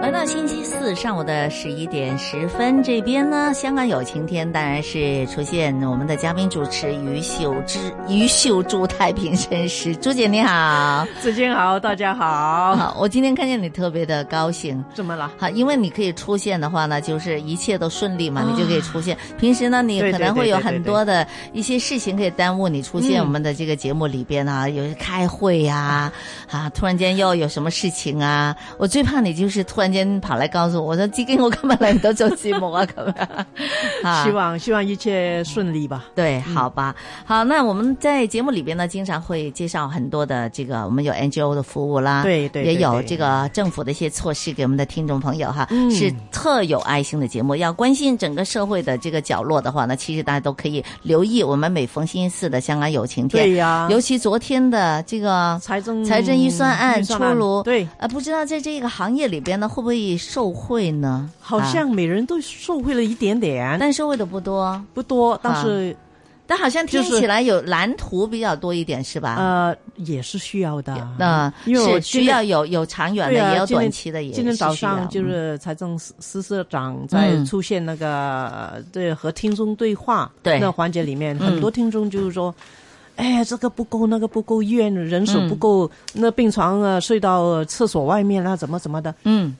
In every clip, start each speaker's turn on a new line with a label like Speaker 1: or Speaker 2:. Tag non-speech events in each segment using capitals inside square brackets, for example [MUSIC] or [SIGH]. Speaker 1: 来到星期四上午的十一点十分，这边呢，香港有晴天，当然是出现我们的嘉宾主持于秀芝、于秀珠太平绅士。朱姐你好，
Speaker 2: 子君好，大家好。
Speaker 1: 好，我今天看见你特别的高兴。
Speaker 2: 怎么了？
Speaker 1: 好，因为你可以出现的话呢，就是一切都顺利嘛，你就可以出现。平时呢，你
Speaker 2: 啊对对
Speaker 1: 可能会有
Speaker 2: 对对
Speaker 1: 很
Speaker 2: 对
Speaker 1: 多的一些事情可以耽误你出现
Speaker 2: 嗯
Speaker 1: 我们的这个节目里边啊，有开会呀、啊，突然间又有什么事情啊，我最怕你就是突然间跑来告诉我，我说基金我根本来唔到做节目啊，咁样啊
Speaker 2: [LAUGHS] 希望希望一切顺利吧。
Speaker 1: 对，好吧，好，那我们在节目里边呢，经常会介绍很多的这个，我们有 NGO 的服务啦，
Speaker 2: 对对对
Speaker 1: 也有
Speaker 2: 对
Speaker 1: 这个政府的一些措施给我们的听众朋友哈，
Speaker 2: 嗯
Speaker 1: 是特有爱心的节目。要关心整个社会的这个角落的话呢，其实大家都可以留意我们每逢星期四的《香港有晴天》
Speaker 2: 对呀
Speaker 1: 尤其昨天的这个
Speaker 2: 财政
Speaker 1: 财政预算案
Speaker 2: 预
Speaker 1: 出
Speaker 2: 算案
Speaker 1: 炉，
Speaker 2: 对
Speaker 1: 呃，不知道在这个行业里边呢，会不会受惠呢？
Speaker 2: 好
Speaker 1: 啊
Speaker 2: 像每人都受惠了一点点，
Speaker 1: 但受惠的不多。
Speaker 2: 不多，但是
Speaker 1: 但好像听
Speaker 2: 就是
Speaker 1: 起来有蓝图比较多一点，是吧？
Speaker 2: 呃也是需要的。
Speaker 1: 那
Speaker 2: 因为我
Speaker 1: 是
Speaker 2: 今
Speaker 1: 需
Speaker 2: 天
Speaker 1: 要有有长远
Speaker 2: 对
Speaker 1: 的，
Speaker 2: 啊
Speaker 1: 也有
Speaker 2: 今天
Speaker 1: 短期啊的，也
Speaker 2: 今天早上
Speaker 1: 是需
Speaker 2: 就
Speaker 1: 要嗯
Speaker 2: 是财政司司司长在
Speaker 1: 嗯
Speaker 2: 出现那个呃对和听众对话
Speaker 1: 对
Speaker 2: 那环节里面，
Speaker 1: 嗯
Speaker 2: 很多听众就是说。哎，这个不够，那个不够，医院人手
Speaker 1: 嗯
Speaker 2: 不够，那病床啊睡到呃厕所外面啦，怎么怎么的。
Speaker 1: 嗯，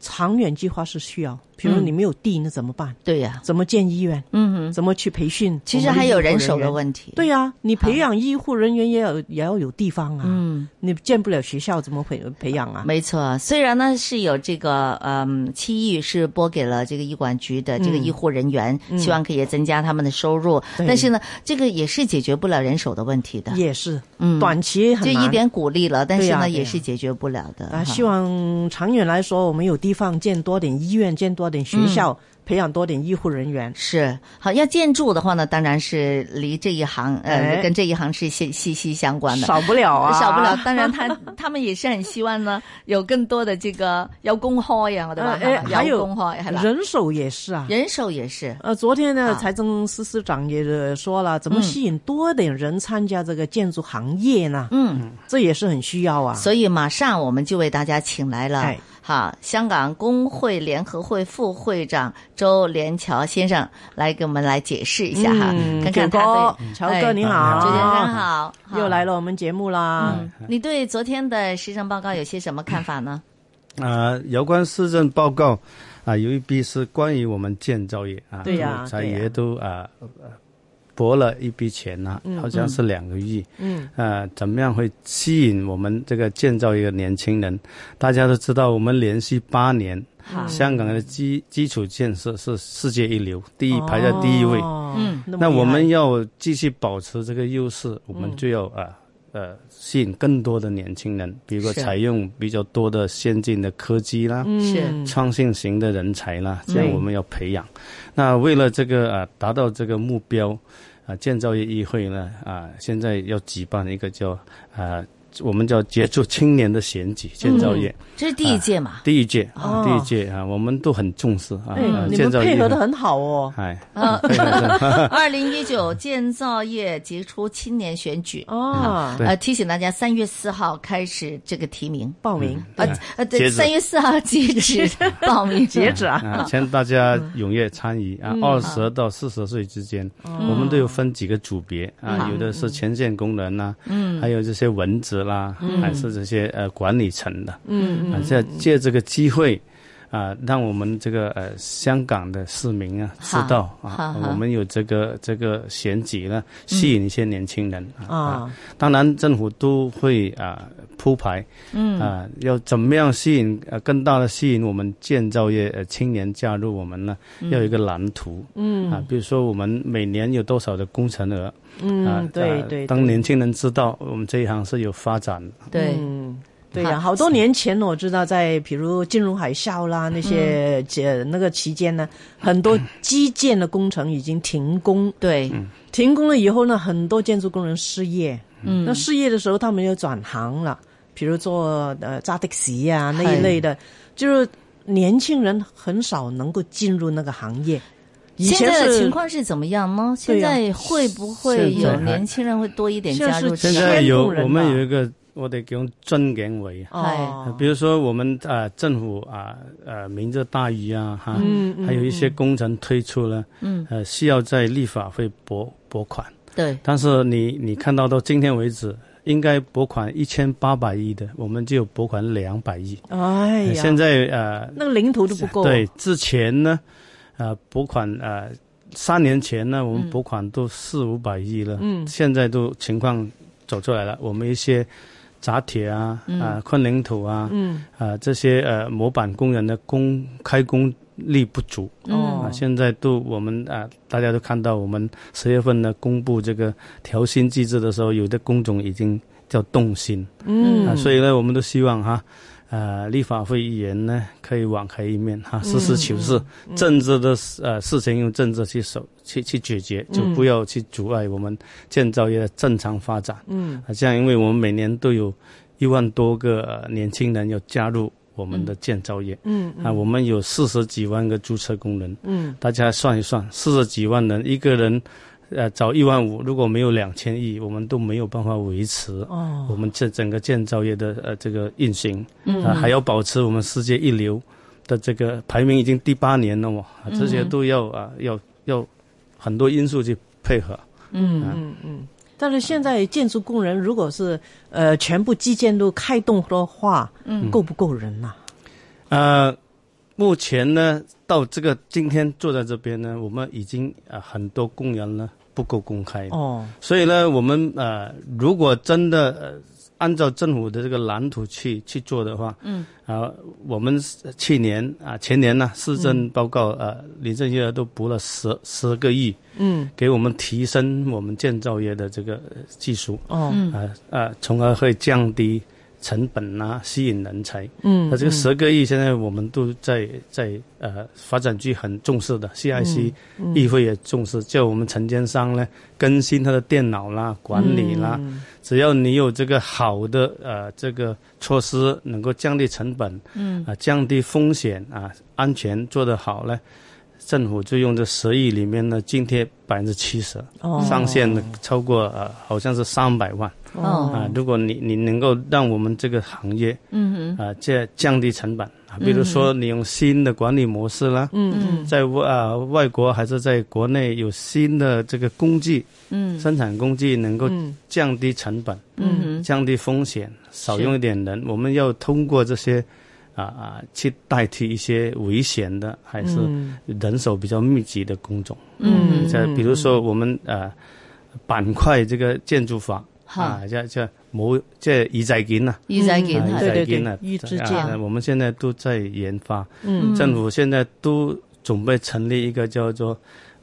Speaker 2: 长远计划是需要，比如
Speaker 1: 嗯
Speaker 2: 你没有地，那怎么办？
Speaker 1: 对呀，
Speaker 2: 怎么建医院？
Speaker 1: 嗯哼，
Speaker 2: 怎么去培训？
Speaker 1: 其实还有人手的
Speaker 2: 题。
Speaker 1: 问题，
Speaker 2: 对呀、你培养医护人员也有也要有地方啊。
Speaker 1: 嗯，
Speaker 2: 你建不了学校，怎么培培养啊？
Speaker 1: 没错，虽然呢是有这个嗯七亿是拨给了这个医管局的这个
Speaker 2: 嗯
Speaker 1: 医护人员，希望可以增加他们的收入，
Speaker 2: 对
Speaker 1: 但是呢，这个也是解决不了人手的问题的，
Speaker 2: 也是，
Speaker 1: 嗯
Speaker 2: 短期
Speaker 1: 就
Speaker 2: 很难。
Speaker 1: 一点鼓励了，但是
Speaker 2: 对呀
Speaker 1: 呢
Speaker 2: 对呀
Speaker 1: 也是解决不了的
Speaker 2: 啊，
Speaker 1: 哈
Speaker 2: 希望长远来说，我们有地方建多点医院，建多点学校，培养多点医护人员。
Speaker 1: 嗯是好，要建筑的话呢，当然是离这一行呃
Speaker 2: 哎
Speaker 1: 跟这一行是息息息相关的，
Speaker 2: 少不了啊，
Speaker 1: 少不了，當然他 [LAUGHS] 他們也是很希望呢，有更多的這個有公開啊，我哋話
Speaker 2: 啊誒
Speaker 1: 係嘛
Speaker 2: 還有
Speaker 1: 有公開係啦，
Speaker 2: 人手也是啊。
Speaker 1: 人手也是，
Speaker 2: 呃，昨天呢，
Speaker 1: 啊
Speaker 2: 财政司司长也呃说了，怎么
Speaker 1: 嗯
Speaker 2: 吸引多点人参加这个建筑行业呢？
Speaker 1: 嗯，
Speaker 2: 这也是很需要啊。哎
Speaker 1: 所以啊马上我們就為大家請來了
Speaker 2: 係
Speaker 1: 哈香港工會聯合會副會長周连桥先生來給我們來解釋一下哈，
Speaker 2: 嗯
Speaker 1: 看看
Speaker 2: 九
Speaker 1: 他
Speaker 2: 哥
Speaker 1: 對，
Speaker 2: 乔
Speaker 1: 哎
Speaker 2: 哥你好，
Speaker 1: 周先生好，
Speaker 2: 又来
Speaker 1: 了。
Speaker 2: 了我们节目啦。
Speaker 1: 嗯，你對昨天的施政報告有些什麼看法呢？
Speaker 3: 啊、有关市政报告啊、有一批是关于我们建造业啊，
Speaker 2: 对呀
Speaker 3: 财
Speaker 2: 对呀
Speaker 3: 爷都啊、呃拨了一笔钱啊，好像是两个亿。
Speaker 2: 嗯，
Speaker 3: 呃，怎么样会吸引我们这个建造业的年轻人？大家都知道，我们连续八年，
Speaker 2: 嗯
Speaker 1: 好，
Speaker 3: 香港的基基础建设是世界一流，第一排在第一位。
Speaker 2: 哦
Speaker 1: 嗯，
Speaker 2: 那么
Speaker 3: 那
Speaker 2: 厉害嗯
Speaker 3: 我们要继续保持这个优势，我们就要啊呃吸引更多的年轻人，比如说
Speaker 1: 是
Speaker 3: 采用比较多的先进的科技啦，
Speaker 2: 嗯
Speaker 1: 是
Speaker 3: 创新型的人才啦，这样
Speaker 2: 对
Speaker 3: 我们要培养。那为了这个啊，达到这个目标，啊，建造业议会呢啊，现在要举办一个叫啊，我们叫杰出青年的选举，建造业、
Speaker 1: 这是第一届嘛？
Speaker 3: 第一届
Speaker 2: 嗯哦
Speaker 3: 啊，第一届啊，我们都很重视啊，啊
Speaker 2: 哎，你
Speaker 3: 建
Speaker 2: 们
Speaker 3: 造业
Speaker 2: 配
Speaker 3: 议
Speaker 2: 合的
Speaker 3: 会。
Speaker 2: 很好哦。
Speaker 3: 哎，
Speaker 1: 呃，
Speaker 3: 配合得很
Speaker 1: [LAUGHS] 二零一九建造业杰出青年选举，
Speaker 2: 哦，
Speaker 3: 嗯对
Speaker 1: 呃，提醒大家三月四号开始这个提名，
Speaker 2: 报名
Speaker 1: 呃
Speaker 3: 嗯对
Speaker 1: 呃，对，
Speaker 3: 截止
Speaker 1: 三月四号截止报名，
Speaker 2: 截止啊。
Speaker 3: 啊，请大家踊跃参与啊！二十到四十岁之间，我们都有分几个组别啊
Speaker 1: 好，
Speaker 3: 有的是前线工人呐，嗯，还有这些文职啦，还是这些呃管理层的，
Speaker 2: 嗯
Speaker 3: 啊，借借这个机会。啊，让我们这个呃香港的市民啊知
Speaker 1: 好
Speaker 3: 道
Speaker 1: 好
Speaker 3: 啊
Speaker 1: 好，
Speaker 3: 我们有这个这个选举呢，吸引一些年轻人啊。
Speaker 2: 啊，
Speaker 3: 当然，政府都会啊、铺排，嗯啊、要怎么样吸引呃更大的吸引我们建造业呃青年加入我们呢？要有一个蓝图，嗯啊，比如说我们每年有多少的工程额，啊
Speaker 2: 嗯，对
Speaker 3: 呃
Speaker 2: 对，
Speaker 3: 当
Speaker 2: 对
Speaker 3: 年轻人知道我们这一行是有发展的，
Speaker 1: 对，
Speaker 2: 嗯对
Speaker 1: 好
Speaker 2: 呀、好多年前我知道，在比如金融海啸啦那
Speaker 1: 嗯
Speaker 2: 些节那个期间呢，很多基建的工程已经停工，
Speaker 1: 对，
Speaker 2: 停工了以后呢，很多建筑工人失业。嗯，那失业的时候，他们又转行了，比如做呃扎的士啊那一类的，就是年轻人很少能够进入那个行业。以
Speaker 1: 现
Speaker 2: 前
Speaker 1: 在的
Speaker 2: 是
Speaker 1: 情况是怎么样呢？现
Speaker 2: 对呀
Speaker 1: 在会不会
Speaker 3: 现在
Speaker 1: 有
Speaker 3: 还
Speaker 1: 年轻人会多一点
Speaker 2: 现在
Speaker 1: 加
Speaker 2: 是
Speaker 1: 入
Speaker 2: 现
Speaker 1: 进
Speaker 3: 现
Speaker 1: 来？
Speaker 3: 在
Speaker 2: 天
Speaker 3: 有
Speaker 2: 路人
Speaker 3: 我们
Speaker 2: 吧
Speaker 3: 有一个我哋叫真颈位啊，
Speaker 2: 哦，
Speaker 3: 比如说我们啊、呃政府啊呃明着大雨啊哈，
Speaker 2: 嗯嗯
Speaker 3: 还有一些工程推出了，嗯，呃需要在立法会拨拨款，
Speaker 1: 对，
Speaker 3: 但是你你看到到今天为止，应该拨款一千八百亿的，我们就拨款两百亿，
Speaker 2: 哎
Speaker 3: 呃
Speaker 2: 呀，
Speaker 3: 现在呃
Speaker 2: 那个零头都不够。
Speaker 3: 对，之前呢，呃，拨款呃，三年前
Speaker 2: 嗯
Speaker 3: 呢，我们拨款都四五百亿了，嗯，现在都情况走出来了，我们一些砸铁啊，
Speaker 2: 嗯
Speaker 3: 啊、困领土啊，嗯，啊、这些呃模板工人的工开工力不足。
Speaker 2: 哦
Speaker 3: 啊，现在都我们啊、大家都看到，我们十月份呢公布这个调薪机制的时候，有的工种已经叫动薪，啊，
Speaker 2: 嗯
Speaker 3: 所以呢，我们都希望哈，呃，立法会议员呢可以网开一面哈，实事求是，政治的事呃事情用政治去手去去解决，就不要去阻碍我们建造业的正常发展。嗯，啊，这样，因为我们每年都有一万多个、呃年轻人要加入。我们的建造业，嗯，啊，我们有四十几万个注册工人，嗯，大家算一算，四十几万人，一个人，呃，找一万五，如果没有两千亿，我们都没有办法维持，
Speaker 2: 哦，
Speaker 3: 我们这整个建造业的呃这个运行，啊、还要保持我们世界一流的这个排名，已经第八年了嘛，啊这些都要啊、要要很多因素去配合。
Speaker 2: 但是现在建筑工人如果是呃全部基建都开动的话，嗯，够不够人呐、
Speaker 3: 呃，目前呢，到这个今天坐在这边呢，我们已经呃很多工人呢不够公开，
Speaker 2: 哦，
Speaker 3: 所以呢，我们呃如果真的呃按照政府的这个蓝图去去做的话，嗯，啊、我们是去年啊、前年呢、市政报告、呃林郑月娥都补了十十个亿，
Speaker 2: 嗯，
Speaker 3: 给我们提升我们建造业的这个呃技术，
Speaker 2: 哦，
Speaker 1: 嗯
Speaker 3: 啊、啊、从而会降低成本啊，吸引人才。
Speaker 2: 嗯
Speaker 3: 那这个十个亿，现在我们都在在呃发展局很重视的，CIC、议
Speaker 2: 嗯
Speaker 3: 会也重视，叫我们承建商呢更新他的电脑啦、管理啦。
Speaker 2: 嗯
Speaker 3: 只要你有这个好的呃这个措施，能够降低成本，嗯啊、降低风险啊、安全做得好呢。政府就用这十亿里面呢，津贴百分之七十，
Speaker 2: 哦
Speaker 3: 上限呢超过呃好像是三百万，
Speaker 1: 哦，
Speaker 3: 啊，如果你你能够让我们这个行业，嗯啊，这降低成本啊，比如说你用新的管理模式啦，嗯嗯，在外啊外国还是在国内有新的这个工具，嗯，生产工具能够降低成本，
Speaker 1: 嗯
Speaker 3: 降低风险，少用一点人，我们要通过这些。啊啊，去代替一些危险的还是
Speaker 2: 嗯
Speaker 3: 人手比较密集的工种，
Speaker 1: 嗯，
Speaker 3: 这比如说我们呃板块这个建筑法
Speaker 1: 好
Speaker 3: 啊，这这冇即係二仔件啊，
Speaker 1: 一再给
Speaker 3: 啊
Speaker 1: 他
Speaker 3: 二
Speaker 2: 对
Speaker 3: 仔
Speaker 2: 对
Speaker 3: 件啊，
Speaker 2: 对預製
Speaker 3: 啊
Speaker 2: 件
Speaker 3: 我们现在都在研发，
Speaker 1: 嗯
Speaker 3: 政府现在都准备成立一个叫做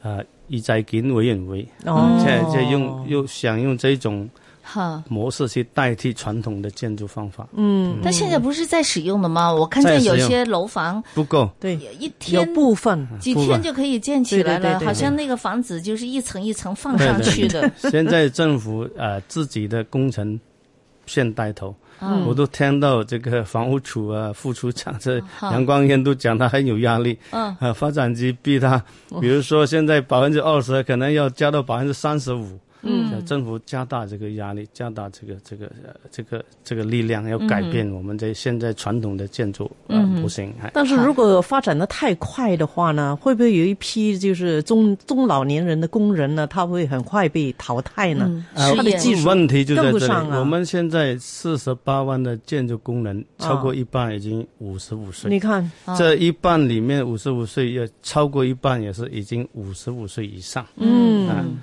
Speaker 3: 呃二仔件委员会，
Speaker 2: 哦，
Speaker 3: 即係即係用又想用这种
Speaker 1: 哈。
Speaker 3: 模式去代替传统的建筑方法，
Speaker 2: 嗯，
Speaker 1: 但现在不是在使用的吗？我看见
Speaker 3: 在使
Speaker 1: 有
Speaker 3: 用
Speaker 1: 些楼房
Speaker 3: 不够。
Speaker 2: 对，
Speaker 1: 一
Speaker 2: 有
Speaker 1: 天
Speaker 2: 部分
Speaker 1: 几
Speaker 3: 不
Speaker 1: 天
Speaker 3: 吧
Speaker 1: 就可以建起
Speaker 2: 对对
Speaker 1: 来
Speaker 2: 对
Speaker 1: 了，
Speaker 2: 对
Speaker 1: 好
Speaker 2: 对
Speaker 1: 像那个房子就是一层一层放
Speaker 3: 对
Speaker 1: 上
Speaker 3: 对
Speaker 1: 去的。
Speaker 3: [LAUGHS] 现在政府呃自己的工程线带头，
Speaker 1: 嗯嗯
Speaker 3: 我都听到这个房屋处啊、副处长这
Speaker 1: 好
Speaker 3: 杨光彦都讲他很有压力，
Speaker 1: 嗯，
Speaker 3: 呃，发展局逼他，比如说现在百分之二十可能要加到百分之三十五。嗯，政府加大这个压力，加大这个这个呃这个这个力量，要
Speaker 1: 嗯
Speaker 3: 改变我们这现在传统的建筑呃模型。哎
Speaker 2: 但是如果发展的太快的话呢，会不会有一批就是中中老年人的工人呢，他会很快被淘汰呢？
Speaker 3: 啊
Speaker 1: 事
Speaker 2: 他的
Speaker 1: 业
Speaker 2: 技术
Speaker 3: 问题就在
Speaker 2: 跟不
Speaker 3: 这里。
Speaker 2: 上啊
Speaker 3: 我们现在四十八万的建筑工人，超过一半已经五十五岁。
Speaker 2: 啊你看，
Speaker 3: 这一半里面五十五岁，也超过一半也是已经五十五岁以上。啊
Speaker 2: 嗯，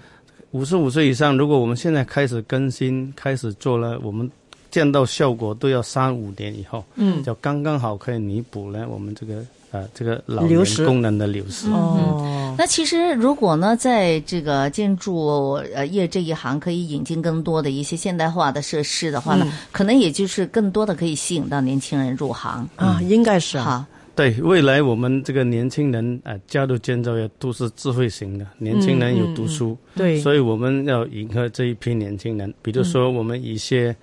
Speaker 3: 五十五岁以上，如果我们现在开始更新、开始做了，我们见到效果都要三五年以后，嗯，就刚刚好可以弥补呢我们这个呃这个老
Speaker 2: 流
Speaker 3: 年
Speaker 2: 失
Speaker 3: 工人的流失。
Speaker 2: 哦，哦
Speaker 1: [LAUGHS] 那其实如果呢，在这个建筑呃业这一行可以引进更多的一些现代化的设施的话呢，
Speaker 2: 嗯
Speaker 1: 可能也就是更多的可以吸引到年轻人入行。
Speaker 2: 啊，
Speaker 3: 嗯
Speaker 2: 应该是啊，
Speaker 1: 好，
Speaker 3: 对未来我们这个年轻人啊、呃加入建造业都是智慧型的，年轻人有读书，
Speaker 2: 对，
Speaker 3: 所以我们要迎合这一批年轻人。比如说，我们一些、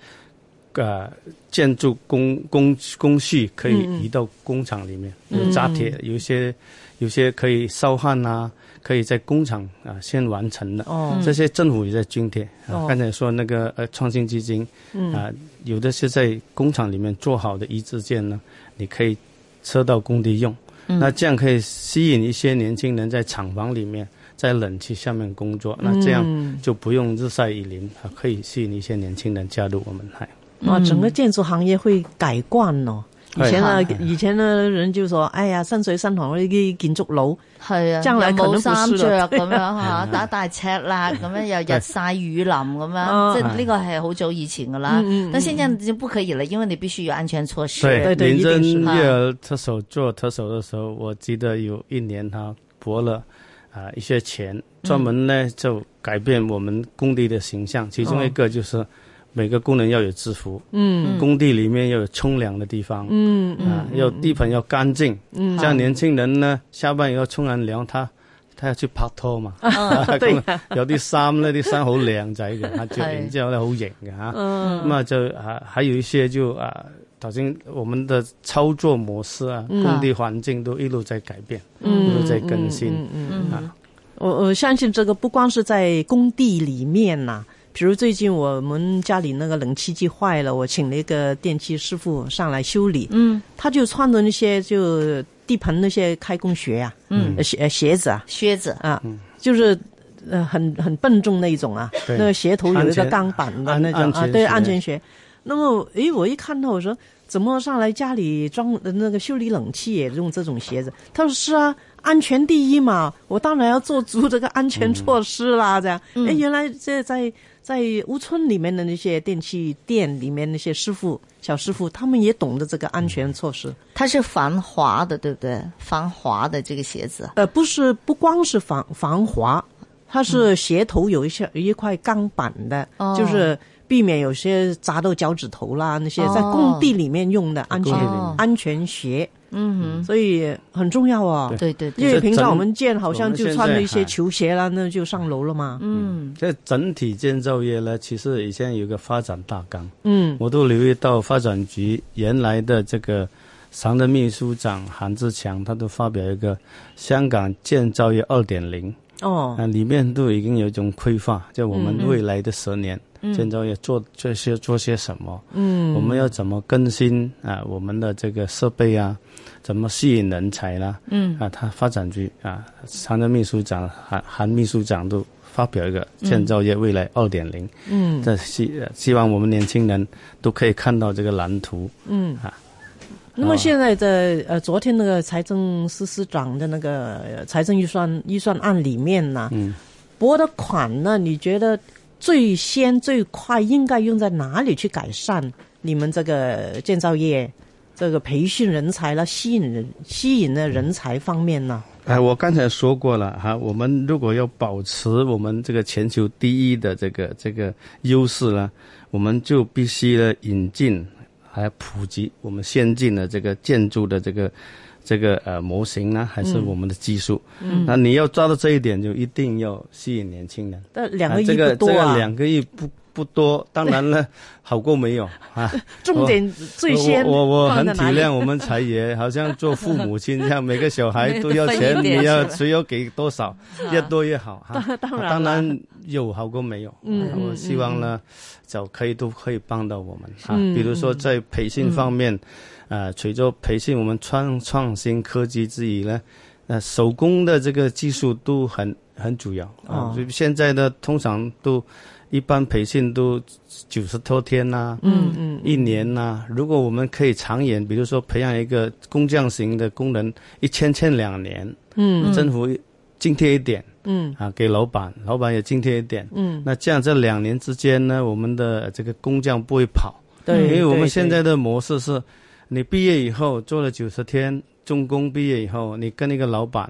Speaker 3: 呃建筑工工工序可以移到工厂里面，有扎铁，有一些有些可以烧焊啊，可以在工厂啊、先完成的。
Speaker 2: 哦，
Speaker 3: 这些政府也在津贴
Speaker 2: 哦嗯
Speaker 3: 啊，刚才说那个呃创新基金啊，有的是在工厂里面做好的一支箭呢，你可以车到工地用，
Speaker 2: 嗯
Speaker 3: 那这样可以吸引一些年轻人在厂房里面在冷气下面工作，
Speaker 2: 嗯
Speaker 3: 那啊这样就不用日晒雨淋啊，可以吸引一些年轻人加入我们哎来。
Speaker 2: 哇，整个建筑行业会改观咯。以前啊
Speaker 3: 嗯哎，
Speaker 2: 以前呢，人就說：哎呀，薪水新行呢啲建築佬，
Speaker 1: 係啊，
Speaker 2: 將來
Speaker 1: 又
Speaker 2: 勤都
Speaker 1: 冇
Speaker 2: 冇
Speaker 1: 衫
Speaker 2: 輸
Speaker 1: 着
Speaker 2: 啦
Speaker 1: 咁樣
Speaker 2: [LAUGHS]
Speaker 1: 嚇，打大赤啦，咁樣又日曬雨淋咁樣，
Speaker 2: 啊
Speaker 1: 即係呢個係好早以前噶
Speaker 2: 嗯
Speaker 1: 啦。但現在已經不可以了，因為你必須有安全措施。
Speaker 2: 对对
Speaker 3: 林
Speaker 2: 一定
Speaker 3: 郑
Speaker 2: 是啊
Speaker 3: 月儿特首做特首的时候，我记得有一年他拨了啊、一些
Speaker 2: 嗯
Speaker 3: 钱，专门呢就改变我们工地的形象。其中一个就是每个工人要有制服，
Speaker 2: 嗯，
Speaker 3: 工地里面要有冲凉的地方，
Speaker 2: 嗯
Speaker 3: 啊，要地盘要干净，嗯，这样年轻人呢下班以后冲完凉，他他要去拍拖嘛，
Speaker 1: 嗯
Speaker 2: 對
Speaker 3: 咁啊有啲衫呢啲衫好靚仔嘅，啊着
Speaker 1: 係
Speaker 3: 完之後咧好型嘅嚇，咁啊就啊還有一些就啊。頭先我們的操作模式啊，工地環境都一路在改變，一路嗯在更
Speaker 2: 嗯
Speaker 3: 新
Speaker 1: 嗯
Speaker 3: 啊。
Speaker 2: 我我相信这个不光是在工地里面呐、比如最近我们家里那个冷气机坏了，我请了一个电器师傅上来修理，嗯，他就穿的那些就地盘那些开工鞋啊，嗯，鞋鞋子啊，
Speaker 1: 靴子
Speaker 2: 啊，就是。呃，很很笨重那一种啊，
Speaker 3: 对
Speaker 2: 那个鞋头有一
Speaker 3: 安
Speaker 2: 个
Speaker 3: 全
Speaker 2: 钢板的那种啊，
Speaker 3: 安安全
Speaker 2: 对，
Speaker 3: 鞋
Speaker 2: 安全鞋。那么，诶，我一看到我说，怎么上来家里装呃那个修理冷气也用这种鞋子？他说是啊，安全第一嘛，我当然要做足这个安全措施
Speaker 3: 嗯
Speaker 2: 啦。这样，诶，原来这在在屋村里面的那些电器店里面那些师傅小师傅，他们也懂得这个安全措施。
Speaker 1: 它是防滑的，对不对？防滑的这个鞋子，
Speaker 2: 呃，不是，不光是防防滑，它是鞋头有一些、有一块钢板的，
Speaker 1: 嗯哦
Speaker 2: 就是避免有些砸到脚趾头啦，那些在
Speaker 1: 哦
Speaker 2: 工地里面用的安全、
Speaker 3: 工地
Speaker 1: 里面
Speaker 2: 安全鞋，
Speaker 1: 嗯
Speaker 2: 所以很重要啊。
Speaker 1: 对对
Speaker 2: 因
Speaker 1: 对，
Speaker 2: 为平常我们见好像
Speaker 3: 我们
Speaker 2: 就
Speaker 3: 现
Speaker 2: 穿
Speaker 3: 在
Speaker 2: 了一些
Speaker 3: 还
Speaker 2: 球鞋啦，那就上楼了嘛。
Speaker 1: 嗯
Speaker 3: 这整體建造業呢，其實以前有個發展大綱，
Speaker 2: 嗯
Speaker 3: 我都留意到發展局原來的這個常任秘書長韩志强，他都发表一个《香港建造业二点零》，
Speaker 2: 哦，嗯
Speaker 3: 啊，里面都已经有一种规划，就我们未来的十年，建造业做这些做些什么，嗯，我们要怎么更新啊，我们的这个设备啊，怎么吸引人才啦、嗯，啊，他发展局啊，常任秘书长韩韩秘书长都发表一个建造业未来二点零，
Speaker 2: 嗯
Speaker 3: 这希呃希望我们年轻人都可以看到这个蓝图，
Speaker 2: 嗯
Speaker 3: 啊。
Speaker 2: 那么现在的呃，昨天那个财政司司长的那个呃财政预算预算案里面呢，嗯，拨的款呢，你觉得最先最快应该用在哪里去改善你们这个建造业这个培训人才了、吸引人吸引的人才方面呢？
Speaker 3: 哎，我刚才说过了哈、我们如果要保持我们这个全球第一的这个这个优势呢，我们就必须呢引进还有普及我们先进的这个建筑的这个这个呃模型呢，还是我们的技术。嗯，那你要抓到这一点，就一定要吸引年轻人。
Speaker 2: 但两
Speaker 3: 啊
Speaker 2: 个亿
Speaker 3: 这
Speaker 2: 不
Speaker 3: 个
Speaker 2: 多
Speaker 3: 这
Speaker 2: 啊，
Speaker 3: 个两个亿不不多，当然了，好过没有啊。
Speaker 2: 重点最先
Speaker 3: 我我我
Speaker 2: 放
Speaker 3: 很
Speaker 2: 在
Speaker 3: 体
Speaker 2: 哪里
Speaker 3: 谅我们
Speaker 2: [LAUGHS]
Speaker 3: 财爷，好像做父母亲这样，每个小孩都要
Speaker 1: 分一
Speaker 3: 钱，
Speaker 1: 点
Speaker 3: 你
Speaker 1: 是
Speaker 3: 要
Speaker 1: 吧
Speaker 3: 谁要给多少，越多越好哈。
Speaker 2: 当
Speaker 3: 啊
Speaker 2: 然
Speaker 3: 当
Speaker 2: 了
Speaker 3: 然有好过没有。嗯，我希望呢，就可以都可以帮到我们啊。
Speaker 2: 嗯
Speaker 3: 比如说在培训方面，呃，随着培训我们创创新科技之余呢，那手工的这个技术都很很主要啊
Speaker 2: 哦。
Speaker 3: 所以现在呢，通常都一般培训都九十多天呐，
Speaker 2: 嗯嗯
Speaker 3: 一年呐、如果我们可以长远，比如说培养一个工匠型的工人，一千欠两年，
Speaker 2: 嗯
Speaker 3: 政府津贴一点
Speaker 2: 嗯
Speaker 3: 啊，给老板，老板也津贴一点。
Speaker 2: 嗯，
Speaker 3: 那这样这两年之间呢，我们的这个工匠不会跑，
Speaker 2: 对，
Speaker 3: 因为我们现
Speaker 2: 对
Speaker 3: 在的模式是，你毕业以后做了九十天，中工毕业以后，你跟一个老板，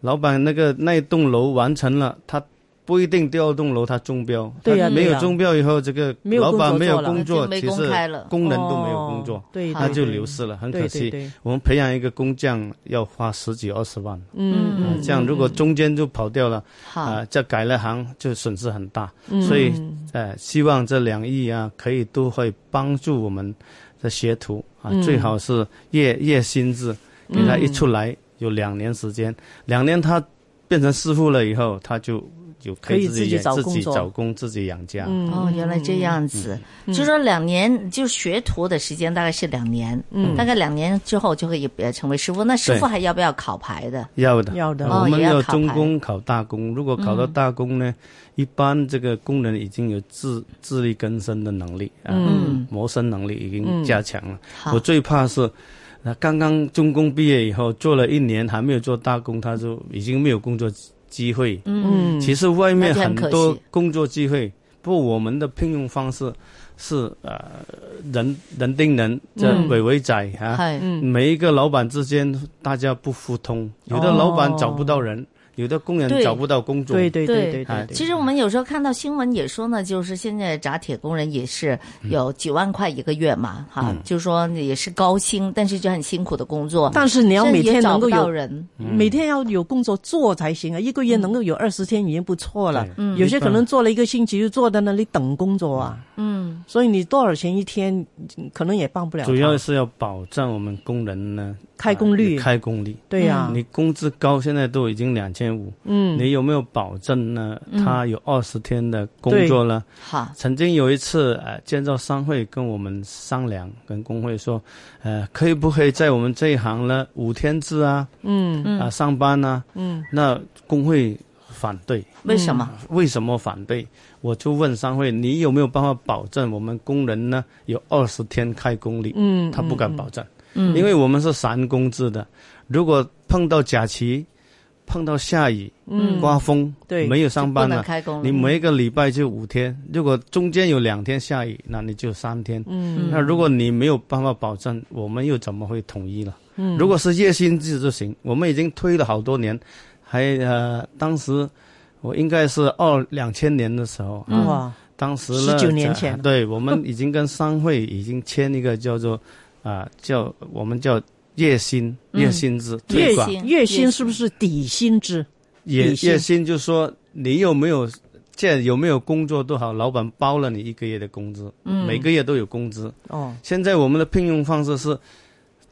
Speaker 3: 老板那个那一栋楼完成了，他不一定第二栋楼他中标，
Speaker 2: 对呀
Speaker 3: 他没
Speaker 2: 对
Speaker 3: 有
Speaker 2: 呀
Speaker 3: 中标以后，这个
Speaker 2: 没有
Speaker 3: 老板
Speaker 2: 工作
Speaker 3: 没有
Speaker 2: 做了
Speaker 3: 工作，
Speaker 1: 就没
Speaker 3: 其
Speaker 1: 公
Speaker 3: 实
Speaker 1: 开了
Speaker 3: 工人都没有工
Speaker 2: 哦
Speaker 3: 作，
Speaker 2: 对，
Speaker 3: 那
Speaker 2: 对
Speaker 3: 就
Speaker 2: 对
Speaker 3: 流失了，很
Speaker 2: 对
Speaker 3: 可
Speaker 2: 对
Speaker 3: 惜。
Speaker 2: 对，
Speaker 3: 我们培养一个工匠要花十几二十万，
Speaker 2: 嗯
Speaker 3: 啊
Speaker 2: 嗯，
Speaker 3: 这样如果中间就跑掉了
Speaker 1: 好，
Speaker 3: 啊，这改了行就损失很大。
Speaker 2: 嗯
Speaker 3: 所以
Speaker 2: 嗯
Speaker 3: 呃，希望这两亿啊，可以都会帮助我们的学徒啊，
Speaker 2: 嗯
Speaker 3: 最好是月月薪制，给他一出来有两年时间，两年他变成师傅了以后，他就就可
Speaker 2: 可以
Speaker 3: 以
Speaker 2: 自
Speaker 3: 自
Speaker 2: 己
Speaker 3: 己
Speaker 2: 找
Speaker 3: 养
Speaker 2: 工
Speaker 3: 自己
Speaker 2: 作
Speaker 3: 找工，自己养家。
Speaker 2: 嗯
Speaker 1: 哦，原来这样子，就说两年，就学徒的时间大概是两年，
Speaker 2: 嗯
Speaker 1: 大概两年之后就可以呃成为师傅。那师傅还要不要考牌的？
Speaker 3: 要的，
Speaker 2: 要的
Speaker 3: 啊
Speaker 1: 哦
Speaker 3: 我们
Speaker 1: 也要考
Speaker 3: 中
Speaker 1: 牌
Speaker 3: 工考大工，如果考到大工呢，一般这个工人已经有自自力更生的能力啊，
Speaker 1: 嗯
Speaker 3: 谋生能力已经加强了。
Speaker 1: 好
Speaker 3: 我，最怕是，那刚刚中工毕业以后做了一年还没有做大工，他就已经没有工作机会。
Speaker 1: 嗯，
Speaker 3: 其实外面
Speaker 1: 那就很
Speaker 3: 很
Speaker 1: 可惜
Speaker 3: 多工作机会，不过我们的聘用方式是呃人人盯人，这
Speaker 2: 嗯
Speaker 3: 伟伟仔啊，
Speaker 1: 嗨，
Speaker 3: 每一个老板之间大家不互通，有的老板找不到人，有的工人
Speaker 1: 哦对
Speaker 3: 找不到工作。
Speaker 2: 对对
Speaker 1: 对
Speaker 2: 对对
Speaker 3: 哎
Speaker 2: 对，
Speaker 1: 其实我们有时候看到新闻也说呢，就是现在打铁工人也是有几万块一个月嘛，哈、
Speaker 2: 嗯
Speaker 1: 就说也是高薪，但是就很辛苦的工作。
Speaker 2: 但是你要
Speaker 1: 甚至
Speaker 2: 每
Speaker 1: 也
Speaker 2: 天
Speaker 1: 找
Speaker 2: 能够
Speaker 1: 不到
Speaker 2: 有
Speaker 1: 人，
Speaker 3: 嗯
Speaker 1: 嗯
Speaker 2: 每天要有工作做才行啊，一个月能够有二十天已经不错了
Speaker 3: 对。
Speaker 2: 有些可能做了一个星期就坐在那里等工作啊，
Speaker 1: 嗯，
Speaker 2: 所以你多少钱一天，嗯可能也帮不了他。
Speaker 3: 主要是要保障我们工人呢
Speaker 2: 开工率
Speaker 3: 啊开工率。
Speaker 2: 对呀，
Speaker 3: 你工资高，现在都已经两千五，
Speaker 2: 啊嗯，
Speaker 3: 你有没有保证呢？他有二十天的工作呢？
Speaker 1: 好，
Speaker 3: 曾经有一次，呃，建造商会跟我们商量，跟工会说，呃，可以不可以在我们这一行呢五天制啊，
Speaker 2: 嗯
Speaker 3: 啊、上班呢、
Speaker 2: 嗯
Speaker 3: 那工会反对，
Speaker 1: 为什么？
Speaker 3: 为什么反对？我就问商会，你有没有办法保证我们工人呢有二十天开工率？
Speaker 2: 嗯，
Speaker 3: 他不敢保证，
Speaker 1: 嗯，
Speaker 3: 因为我们是散工制的，如果碰到假期、碰到下雨、
Speaker 2: 嗯
Speaker 3: 刮风，
Speaker 2: 对
Speaker 3: 没有上班
Speaker 1: 不
Speaker 3: 了
Speaker 1: 能，开工了，
Speaker 3: 你每个礼拜就五天，如果中间有两天下雨，那你就三天。
Speaker 2: 嗯
Speaker 3: 那如果你没有办法保证，我们又怎么会统一了？嗯，如果是月薪制就行，我们已经推了好多年，还呃，当时我应该是二两千年的时候啊，
Speaker 1: 嗯
Speaker 2: 哇，
Speaker 3: 当时呢
Speaker 2: 19年
Speaker 3: 在
Speaker 2: 前
Speaker 3: 对我们已经跟商会已经签一个叫做啊、叫我们叫月薪
Speaker 2: 嗯
Speaker 3: 嗯月薪制推
Speaker 2: 月
Speaker 3: 广，
Speaker 1: 薪
Speaker 2: 月薪是不是底薪制？
Speaker 3: 也
Speaker 2: 底薪
Speaker 3: 月薪就说你有没有这有没有工作都好，老板包了你一个月的工资，
Speaker 1: 嗯
Speaker 3: 每个月都有工资。
Speaker 2: 哦，
Speaker 3: 现在我们的聘用方式是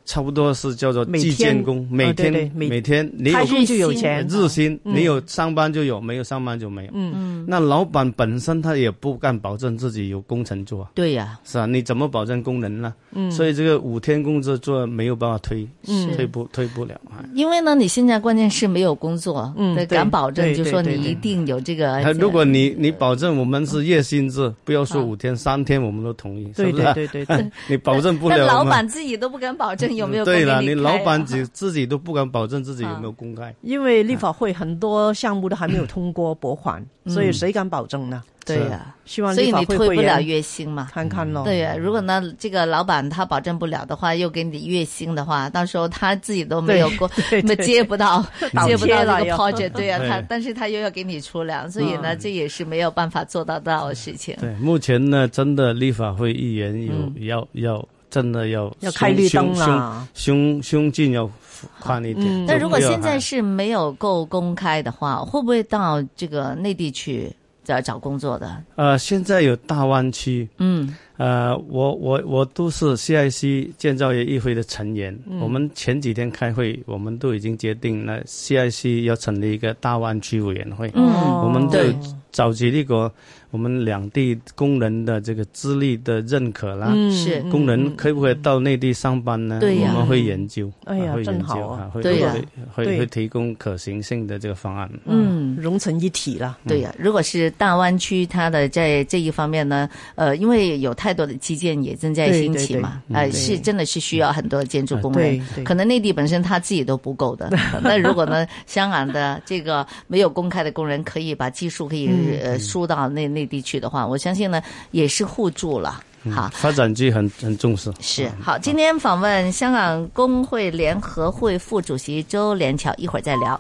Speaker 3: 差不多是叫做
Speaker 2: 每
Speaker 3: 计
Speaker 2: 天哦
Speaker 3: 件工，每
Speaker 2: 对
Speaker 3: 天、
Speaker 2: 对每
Speaker 3: 每天你
Speaker 2: 开
Speaker 3: 有
Speaker 2: 工就有
Speaker 1: 日薪
Speaker 2: 钱，
Speaker 3: 日薪，
Speaker 2: 嗯
Speaker 3: 你有上班就有，没有上班就没有。
Speaker 2: 嗯
Speaker 3: 那老板本身他也不敢保证自己有工程做啊，
Speaker 1: 对呀、
Speaker 3: 是啊，你怎么保证工人呢？
Speaker 2: 嗯
Speaker 3: 所以这个五天工资做没有办法推，
Speaker 1: 嗯
Speaker 3: 推不推不了啊。
Speaker 1: 因为呢，你现在关键是没有工作，
Speaker 2: 嗯
Speaker 1: 得
Speaker 2: 对
Speaker 1: 敢保证
Speaker 2: 对
Speaker 1: 就说
Speaker 2: 对对
Speaker 1: 你
Speaker 2: 对
Speaker 1: 一定有这个
Speaker 3: 哎。如果你你保证我们是月薪制，不要说
Speaker 1: 啊
Speaker 3: 五天三天，我们都同意，是
Speaker 2: 对
Speaker 3: 不是
Speaker 2: 对
Speaker 3: 啊？
Speaker 2: 对对对，
Speaker 3: [LAUGHS] 你保证不了
Speaker 1: 但
Speaker 3: 嘛。
Speaker 1: 老板自己都不敢保证有没有工
Speaker 3: 对了，
Speaker 1: 给
Speaker 3: 你
Speaker 1: 开
Speaker 3: 老板
Speaker 1: 啊
Speaker 3: 自自己都不敢保证自己有没有公开。
Speaker 2: 因为立法会很多项目都还没有通过拨款，所以谁敢保证呢？
Speaker 1: 对呀、
Speaker 2: 希望
Speaker 1: 嗯所
Speaker 2: 立
Speaker 1: 以
Speaker 2: 法
Speaker 1: 你
Speaker 2: 会
Speaker 1: 退
Speaker 2: 会
Speaker 1: 不了
Speaker 2: 员哦
Speaker 1: 月薪嘛。
Speaker 2: 看看咯。
Speaker 1: 对呀、如果呢，这个老板他保证不了的话，又给你月薪的话，到时候他自己都没有过，
Speaker 2: [LAUGHS] 对
Speaker 1: 没
Speaker 2: 对
Speaker 1: 接不到，
Speaker 2: 倒
Speaker 1: 接不
Speaker 2: 贴
Speaker 1: 到
Speaker 2: 了
Speaker 1: 那
Speaker 2: 嗯
Speaker 1: 个
Speaker 2: 又
Speaker 1: project，对呀、
Speaker 2: [LAUGHS]
Speaker 3: 对
Speaker 1: 他但是他又要给你出粮，所以呢，这也是没有办法做得到的事情。
Speaker 3: 对，目前呢，真的立法会议员有、
Speaker 1: 嗯
Speaker 3: 要要真的要
Speaker 2: 要开绿灯
Speaker 3: 了，
Speaker 2: 啦。
Speaker 3: 胸胸襟要宽一点。
Speaker 2: 嗯
Speaker 1: 但如果
Speaker 3: 不要
Speaker 1: 现在
Speaker 3: 喊
Speaker 1: 是没有够公开的话，会不会到这个内地去找找工作的？
Speaker 3: 呃，现在有大湾区，
Speaker 1: 嗯
Speaker 3: 呃，我我我都是 CIC 建造业议会的成员。
Speaker 1: 嗯
Speaker 3: 我们前几天开会，我们都已经决定了 CIC 要成立一个大湾区委员会。
Speaker 1: 嗯
Speaker 2: 哦
Speaker 3: 我们就
Speaker 1: 对
Speaker 3: 召集那个我们两地工人的这个资历的认可啦，
Speaker 1: 是
Speaker 3: 啊工人可不可以到内地上班呢？
Speaker 1: 嗯对呀
Speaker 3: 我们会研究，
Speaker 2: 哎呀
Speaker 3: 啊会研
Speaker 2: 真
Speaker 3: 究
Speaker 2: 好啊
Speaker 3: 会
Speaker 1: 对呀
Speaker 3: 会会
Speaker 2: 对
Speaker 3: 会提供可行性的这个方案。
Speaker 1: 嗯。
Speaker 2: 融成一体了。
Speaker 1: 对呀、如果是大湾区，它的在这一方面呢，呃，因为有太多的基建也正在
Speaker 2: 对
Speaker 1: 兴
Speaker 2: 对
Speaker 1: 起
Speaker 2: 对
Speaker 1: 嘛，呃，
Speaker 2: 对啊
Speaker 1: 是真的是需要很多建筑工人
Speaker 2: 对，对
Speaker 1: 可能内地本身他自己都不够
Speaker 2: [LAUGHS]
Speaker 1: 的。那如果呢，香港的这个没有公开的工人可以把技术可以、
Speaker 2: 嗯
Speaker 1: 呃输到内内地去的话，我相信呢也是互助了。好，
Speaker 3: 发展局很很重视。
Speaker 1: 是好，今天访问香港工会联合会副主席周连巧，一会儿再聊。